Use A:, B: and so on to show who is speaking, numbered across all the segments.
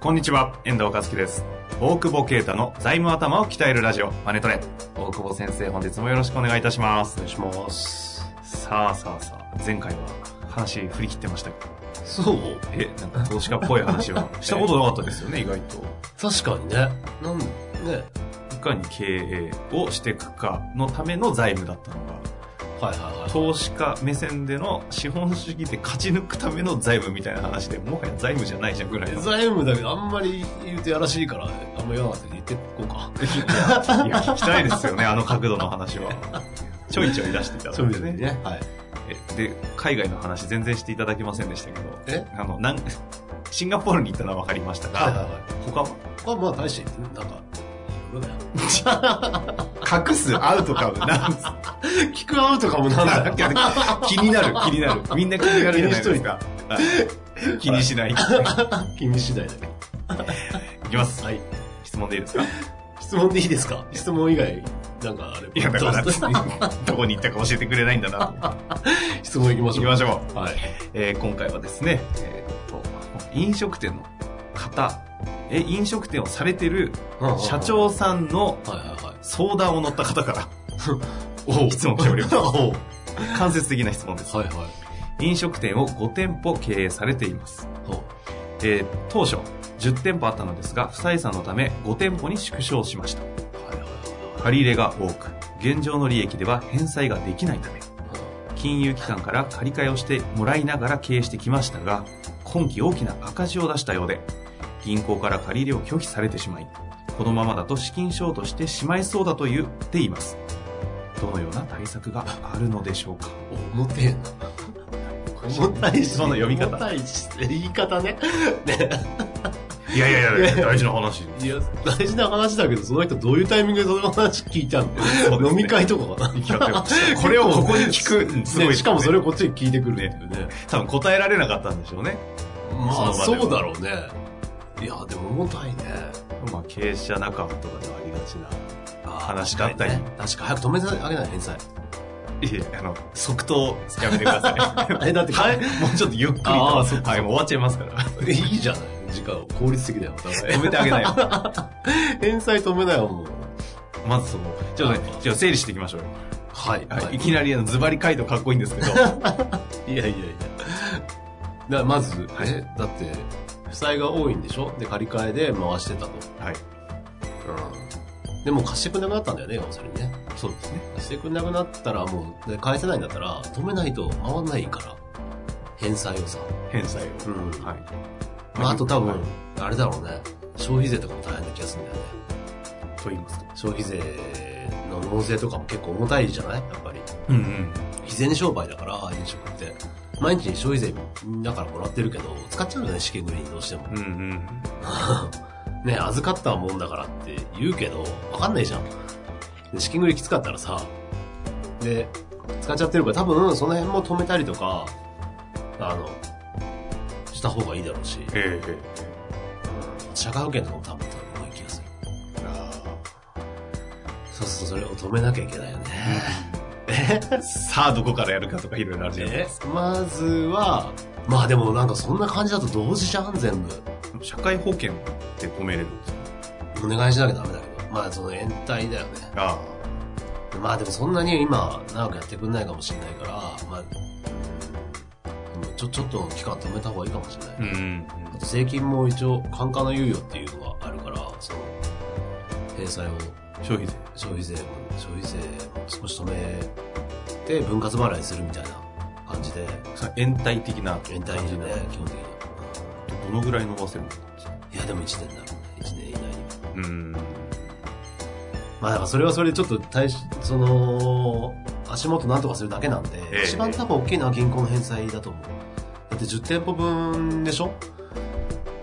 A: こんにちは、遠藤和樹です。大久保啓太の財務頭を鍛えるラジオ、マネトレ。大久保先生、本日もよろしくお願いいたします。お願いします。さあさあさあ、前回は話振り切ってましたけど。
B: そう
A: え、なんか投資家っぽい話 はしたことなかったですよね、意外と。
B: 確かにね。なんね。
A: いかに経営をしていくかのための財務だったのが、
B: はいはいはい。
A: 投資家目線での資本主義で勝ち抜くための財務みたいな話で、もはや財務じゃないじゃんぐらい の。
B: 財務だけど、あんまり言うとやらしいから、あんま言わなくて言ってこう か。
A: いや、聞きたいですよね、あの角度の話は。ちょいちょい出していただいてね。
B: ね。はい。
A: えで海外の話全然していただけませんでしたけど
B: え
A: あのなん シンガポールに行ったのは分かりましたが、
B: はいはいはい。
A: 他は
B: まあまあ、大して、なんか、いろいろだよ。
A: 隠すアウトか もなんつ
B: 聞くアウトかもなん だよ。
A: いや気になる 気になるみんな気になるじゃないですかはい 気にし ない、
B: 君次第だけど。
A: い、きます
B: はい。
A: 質問でいいですか
B: 質問でいいですか質問以外、なんかあれば。
A: いやだから
B: どうぞ
A: どこに行ったか教えてくれないんだなと思って
B: 質問いきま
A: 行
B: し
A: き
B: ょう。
A: ましょう、
B: はい。
A: えー今回はですね、えーと飲食店の方え飲食店をされてる社。長さんの
B: はいはいはい。
A: 相談を乗った方から
B: お
A: 質 問しております
B: おう
A: 間接的な質問です。
B: はいはい。
A: 飲食店を5店舗経営されています。
B: お
A: えー当初、10店舗あったのですが、不採算のため5店舗に縮小しました。
B: はいは
A: 借り入れが多く、現状の利益では返済ができないため、
B: いはい。
A: 金融機関から借り換えをしてもらいながら経営してきましたが、今期大きな赤字を出したようで、銀行から借り入れを拒否されてしまい、このままだと資金ショートしてしまいそうだと言っています。どのような対策があるのでしょうか
B: 重てえな。重たいし。
A: その読み方
B: 重たいし。言い方ね。
A: いやいやいや、大事な話。
B: いや、大事な話だけど、その人どういうタイミングでその話聞いたの、
A: そうですね
B: 飲み会とかかな。
A: いやでもこれをここに聞く、すごい、
B: ねしかもそれ
A: を
B: をこっちに聞いてくるっていうね。
A: 多分答えられなかったんでしょうね。
B: まあ、
A: そ
B: そ
A: の場では
B: うだろうね。いや、でも重たいね。
A: まあ、経営者仲間とかではありがちな。話があったり
B: ね。確か早く止めてあげない、返済。
A: いや、あの、即答やめてください。
B: え、だって、
A: はい、 もうちょっとゆっくりと。
B: あーそっか
A: はい、もう終わっちゃいますから。
B: いいじゃない。時間を効率的だよ、お互 い
A: 止めてあげないよ。
B: 返済止めないよ、もう。
A: まずその、ちょっとね、ちょっと整理していきましょうよ。
B: はい。
A: はい、いきなりあのズバリ回答かっこいいんです けど、
B: いやいやいや。だまず、え、だって、負債が多いんでしょで、借り換えで回してたと。
A: はい、
B: うん。でも貸してくれなくなったんだよね、要するにね。
A: そうですね。
B: 貸してくれなくなったら、もう、で返せないんだったら、止めないと回んないから。返済をさ。
A: 返済を。
B: うん
A: はい。
B: まあ、あと多
A: はい
B: 分、あれだろうね。消費税とかも大変な気がするんだよね。
A: と言いますか。
B: 消費税の納税とかも結構重たいじゃないやっぱり。
A: うんうん。
B: 非税商売だから、飲食って。毎日消費税みんなからもらってるけど、使っちゃうよね、資金繰りにどうしても。
A: うんうん。
B: ね、預かったもんだからって言うけど、わかんないじゃん。で資金繰りきつかったらさ、で、使っちゃってるから多分その辺も止めたりとか、あの、した方がいいだろうし、
A: ええ
B: 社会保険とかも多分多い気がする。
A: ええあ
B: そうするとそれを止めなきゃいけないよね。
A: ーさあ、どこからやるかとかいろいろあるじゃないで
B: え
A: すか。
B: まずは、まあでもなんかそんな感じだと同時じゃん、全部。
A: 社会保険って止めれるんですか
B: お願いしなきゃダメだけど。まあその延滞だよね。
A: あ
B: まあでもそんなに今長くやってくんないかもしれないから、まあ、うんでもちょ、ちょっと期間止めた方がいいかもしれない。
A: あうん
B: あと税金も一応、簡単な猶予っていうのがあるから、その、返済を、
A: 消費税
B: 消費税も、消費税も少し止めて、分割払いするみたいな感じで、
A: さ延滞的な
B: 延滞
A: 感、
B: にね基本的には。
A: じでどのぐらい伸ばせるんですか
B: いや、でも1年だろうね。1年以内に。
A: うん
B: まあだからそれはそれでちょっと大し、その、明足元なんとかするだけなんで、
A: ええ
B: 一番多分大きいのは銀行の返済だと思う。だって10店舗分でしょ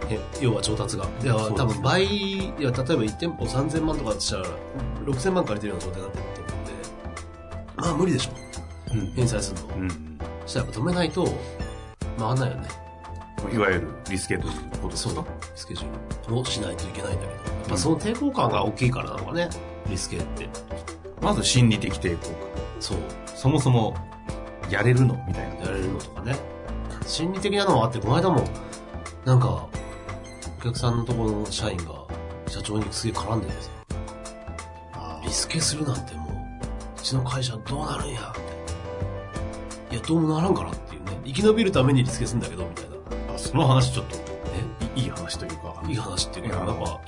B: え要は調達が。いや、
A: そうですね
B: 多分倍、いや、例えば1店舗3000万とかだとしたら、6000万借りてるような状態になってると思うんで、まあ無理でしょ。
A: うん
B: 返済するの。
A: うん
B: そしたらやっぱ止めないと、回んないよね。
A: いわゆるリスケということですか
B: スケジュールをしないといけないんだけど、やっぱその抵抗感が大きいからなのかね、リスケって。
A: まず心理的抵抗感
B: そう、
A: そもそもやれるのみたいな
B: やれるのとかね。心理的なのもあって、この間も、なんか、お客さんのところの社員が、社長にすげえ絡んでてさ、リスケするなんてもう、うちの会社どうなるんや、みたいな。いや、どうもならんからっていうね。生き延びるためにリスケするんだけど、みたいな。
A: あその話ちょっと
B: ね、
A: いいい話というか
B: いい話っていうか、
A: いや
B: なんか、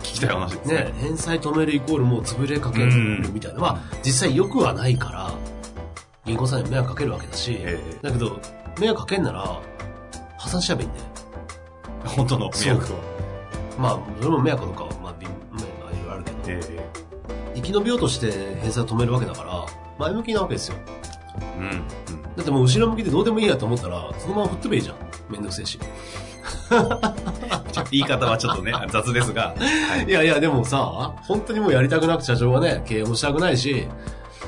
A: 聞きたい話ですね
B: ね、返済止めるイコールもう潰れかけるみたいな。まあ、実際良くはないから、銀行さんに迷惑かけるわけだし、
A: え
B: だけど、迷惑かけんなら、破産しちゃえばいいんだよ。
A: え本当の迷惑は
B: まあ、それも迷惑とかは、まあ、びまあ、いろいろあるけど、
A: ええ
B: 生き延びようとして返済を止めるわけだから、前向きなわけですよ。
A: うんうん
B: だってもう後ろ向きでどうでもいいやと思ったら、そのまま振っとけばいいじゃん。めんどくせえし。
A: ちょ言い方はちょっ とね雑ですが
B: いやいや、でもさ、本当にもうやりたくなく社長はね、経営もしたくないし、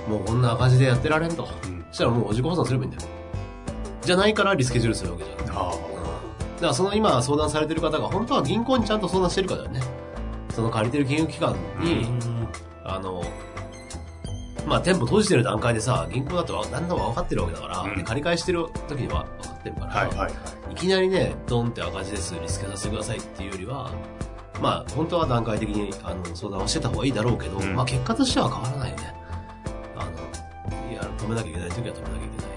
B: もうこんな赤字でやってられんと。
A: うん
B: そしたらもう自己破産すればいいんだよ。じゃないからリスケジュールするわけじゃん。だ
A: あ
B: からその今相談されてる方が本当は銀行にちゃんと相談してるからだよね。その借りてる金融機関
A: あ
B: に、あの、まあ店舗閉じてる段階でさ、銀行だと何だか分かってるわけだから、
A: うん
B: で借り返してる時には分かってるから、
A: はいはいはい
B: いきなりね、ドンって赤字です、リスケさせてくださいっていうよりは、まあ、本当は段階的にあの相談をしてた方がいいだろうけど、
A: うん
B: まあ、結果としては変わらないよね。あの、いや、止めなきゃいけない時は止めなきゃい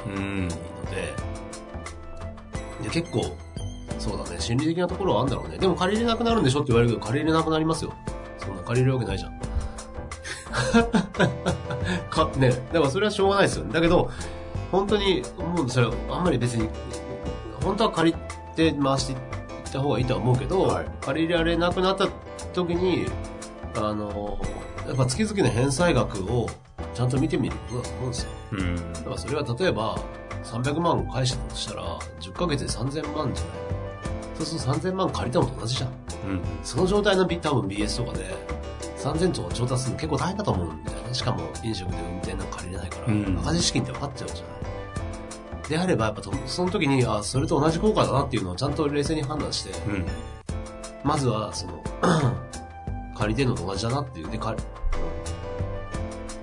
B: けない
A: うん
B: ので、で結構、そうだね、心理的なところはあるんだろうね。でも借りれなくなるんでしょって言われるけど、借りれなくなりますよ。そんな借りれるわけないじゃん。 か、ね、だからそれはしょうがないですよね。だけど、本当に、もうそれ、あんまり別に、本当は借りて回していった方がいいとは思うけど、
A: はい
B: 借りられなくなった時に、あの、やっぱ月々の返済額をちゃんと見てみることだと思うんですよ。
A: うん
B: だからそれは例えば、300万返したとしたら、10ヶ月で3000万じゃないそうすると3000万借りたのと同じじゃん。
A: うん
B: その状態のビ多分 BS とかで、3000兆調達するの結構大変だと思うんだよね。しかも飲食で運転なんか借りれないから、
A: うん
B: 赤字資金って分かっちゃうじゃない。であれば、やっぱとその時に、あ、それと同じ効果だなっていうのをちゃんと冷静に判断して、
A: うん
B: まずは、その、 借りてるのと同じだなっていう。で、借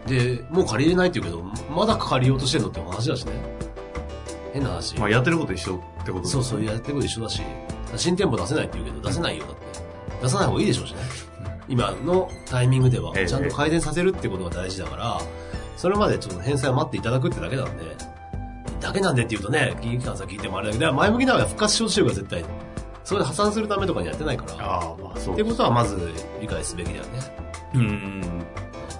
B: り、で、もう借りれないって言うけど、まだ借りようとしてるのって同じだしね。変な話。
A: まあやってること一緒ってことです
B: そ
A: ね
B: うそう、やってること一緒だし、新店舗出せないって言うけど、出せないよ、だって。出さない方がいいでしょうしね。今のタイミングでは
A: ええ、
B: ちゃんと改善させるってことが大事だから、それまでちょっと返済を待っていただくってだけなんで、だけなんでって言うとね、金融機関さん聞いてもあれだけど、前向きながら復活しようとしてるから絶対に。それで破産するためとかにやってないから。
A: ああまあそう
B: ってことはまず理解すべきだよね。
A: うん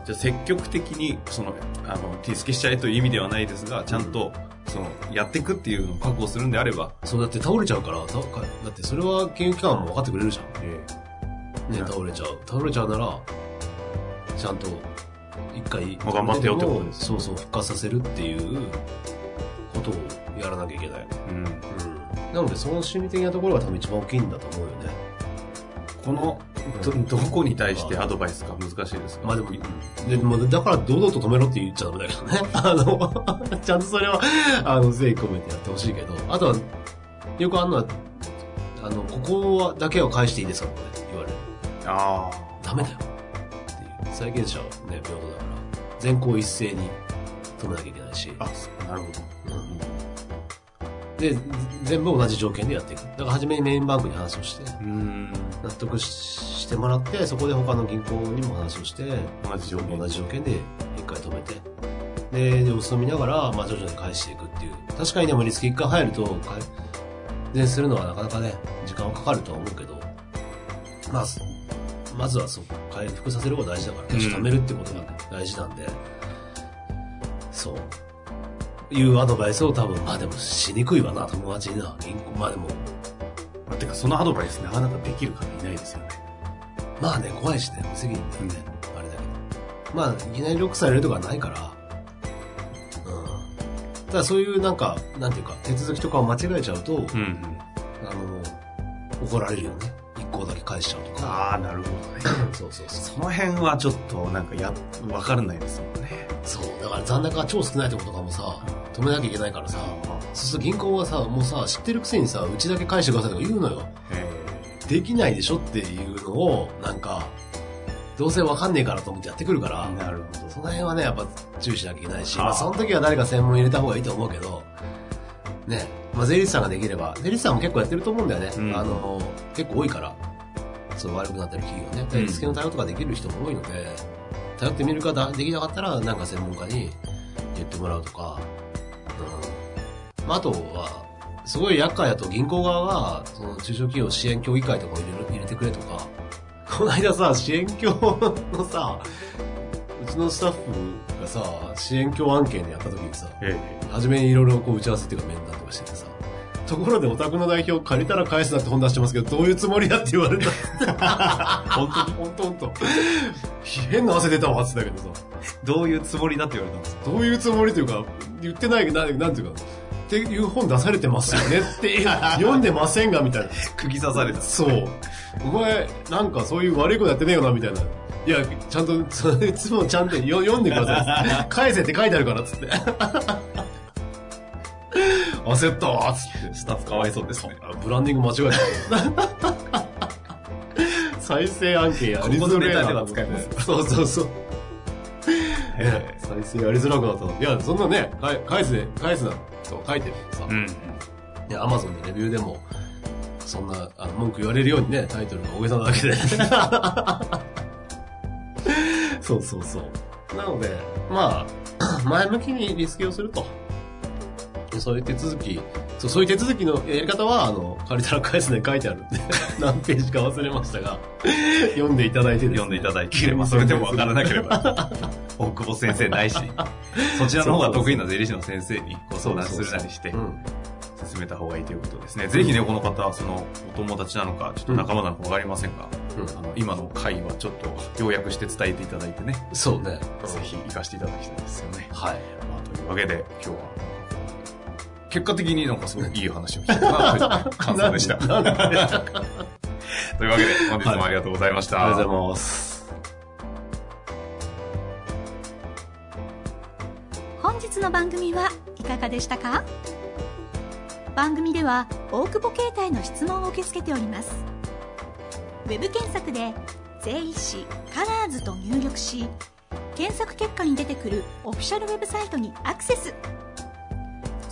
A: じゃあ積極的にそのあの手付けしちゃえという意味ではないですがちゃんと、そのやっていくっていうのを覚悟するんであれば、
B: そう、だって倒れちゃうから、たかだってそれは金融機関も分かってくれるじゃん。ね、
A: うん
B: 倒れちゃう。倒れちゃうなら、ちゃんと、一回、
A: もう頑張ってよってことです
B: そうそう、復活させるっていう、ことをやらなきゃいけない。
A: うん、
B: うん。なので、その心理的なところが多分一番大きいんだと思うよね。
A: このどど こに対してアドバイスが難しいですか
B: まあでも、でもだから堂々と止めろって言っちゃダメだけどね。 あの、 ちゃんとそれは、あの、誠意込めてやってほしいけど、あとは、よくあんのは、あの、ここはだけは返していいですかとかね、言われる。
A: あ
B: ダメだよっていう債権者はね平等だから全校一斉に止めなきゃいけないし、
A: ああなるほど
B: うんで全部同じ条件でやっていくだから初めにメインバンクに話をして
A: うん
B: 納得ししてもらってそこで他の銀行にも話をして
A: 同じ条件
B: 同じ条件で一回止めてで様子を見ながら、まあ、徐々に返していくっていう確かにでもリスク一回入ると改善するのはなかなかね時間はかかるとは思うけどまあそまずはそう回復させる方が大事だからキャッシュ貯めるってことが大事なんで、そういうアドバイスを多分まあでもしにくいわな友達にな銀行まあでも
A: まあてかそのアドバイスなかなかできる方いないですよね
B: まあね、怖いしね、無責任だよね、あれだけど。まあ、いきなりロックされるとかはないから、だそういうなんか、なんていうか、手続きとかを間違えちゃうと、
A: うんうん。
B: あの、怒られるよね。一行だけ返しちゃうとか。
A: ああ、なるほどね。
B: そうそうそう。
A: その辺はちょっとなんかや、わからないですもんね。
B: そう、だから残高が超少ないとことかもさ、止めなきゃいけないからさ、そうすると銀行はさ、もうさ、知ってるくせにさ、うちだけ返してくださいとか言うのよ。
A: え
B: できないでしょっていうのを、なんか、どうせわかんねえからと思ってやってくるから、
A: なるほど。
B: その辺はね、やっぱ注意しなきゃいけないし、
A: あー
B: まあその時は誰か専門入れた方がいいと思うけど、ね、まあ税理士さんができれば、税理士さんも結構やってると思うんだよね。
A: うん
B: あの、結構多いから、そう悪くなってる企業ね。
A: うん
B: 手付けの対応とかできる人も多いので、頼ってみるかだできなかったら、なんか専門家に言ってもらうとか、うん。まああとは、すごい厄介だと銀行側が、その中小企業支援協議会とかを入れる入れてくれとか、 この間さ、支援協のさ、うちのスタッフがさ、支援協案件でやった時にさ、
A: え
B: 初めにいろいろこう打ち合わせっていうか面談とかしててさ、ところでお宅の代表借りたら返すなって本出してますけど、どういうつもりだって言われた。本当に本当本当。変な汗出たわって言ったけどさ、
A: どういうつもりだって言われたんですか
B: どういうつもりというか、言ってないけど、なんなんていうか、っていう本出されてますよねって、 読んでませんがみたいな。
A: 釘刺された。
B: そう。お前、なんかそういう悪いことやってねえよな、みたいな。いや、ちゃんと、そいつもちゃんとよ読んでくださ い。返せって書いてあるから、つ って。焦ったわ、つって。
A: スタッフかわいそうですね。
B: あブランディング 間違えた。再生案件やりづらいな。
A: ここのネタでは使えます
B: そうそうそう。
A: え
B: 再生やりづらくなった。いや、そんなね、か返す、返すな、と書いてるけどさ。
A: えうん。
B: で、アマゾンでレビューでも、そんな、あの、文句言われるようにね、タイトルが大げさなだけで。 そうそうそう。なので、まあ、 前向きにリスケをすると。でそういう手続き、そうそういう手続きのやり方は、あの、借りたら返すね書いてあるんで、 何ページか忘れましたが、 読んでいただいてです
A: 読んでいただければ、それでもわからなければ。大久保先生ないし、そちらの方が得意な税理士の先生にご相談するなりして
B: う、ん。
A: 進めた方がいいということですね。ぜひね、この方、その、お友達なのか、ちょっと仲間なのかわかりませんが、
B: うん
A: あの、今の回はちょっと、要約して伝えていただいてね、
B: そうね。
A: ぜひ活かしていただきたいですよね。
B: はい。
A: まあ、というわけで、今日は、結果的になんかすごいいい話を聞いたなという感想でした。
B: なんでなんで
A: というわけで、本日もありがとうございました。
B: ありがとうございます。
C: 本日の番組はいかがでしたか番組では大久保携帯の質問を受け付けておりますウェブ検索で「税理士カラーズと入力し検索結果に出てくるオフィシャルウェブサイトにアクセス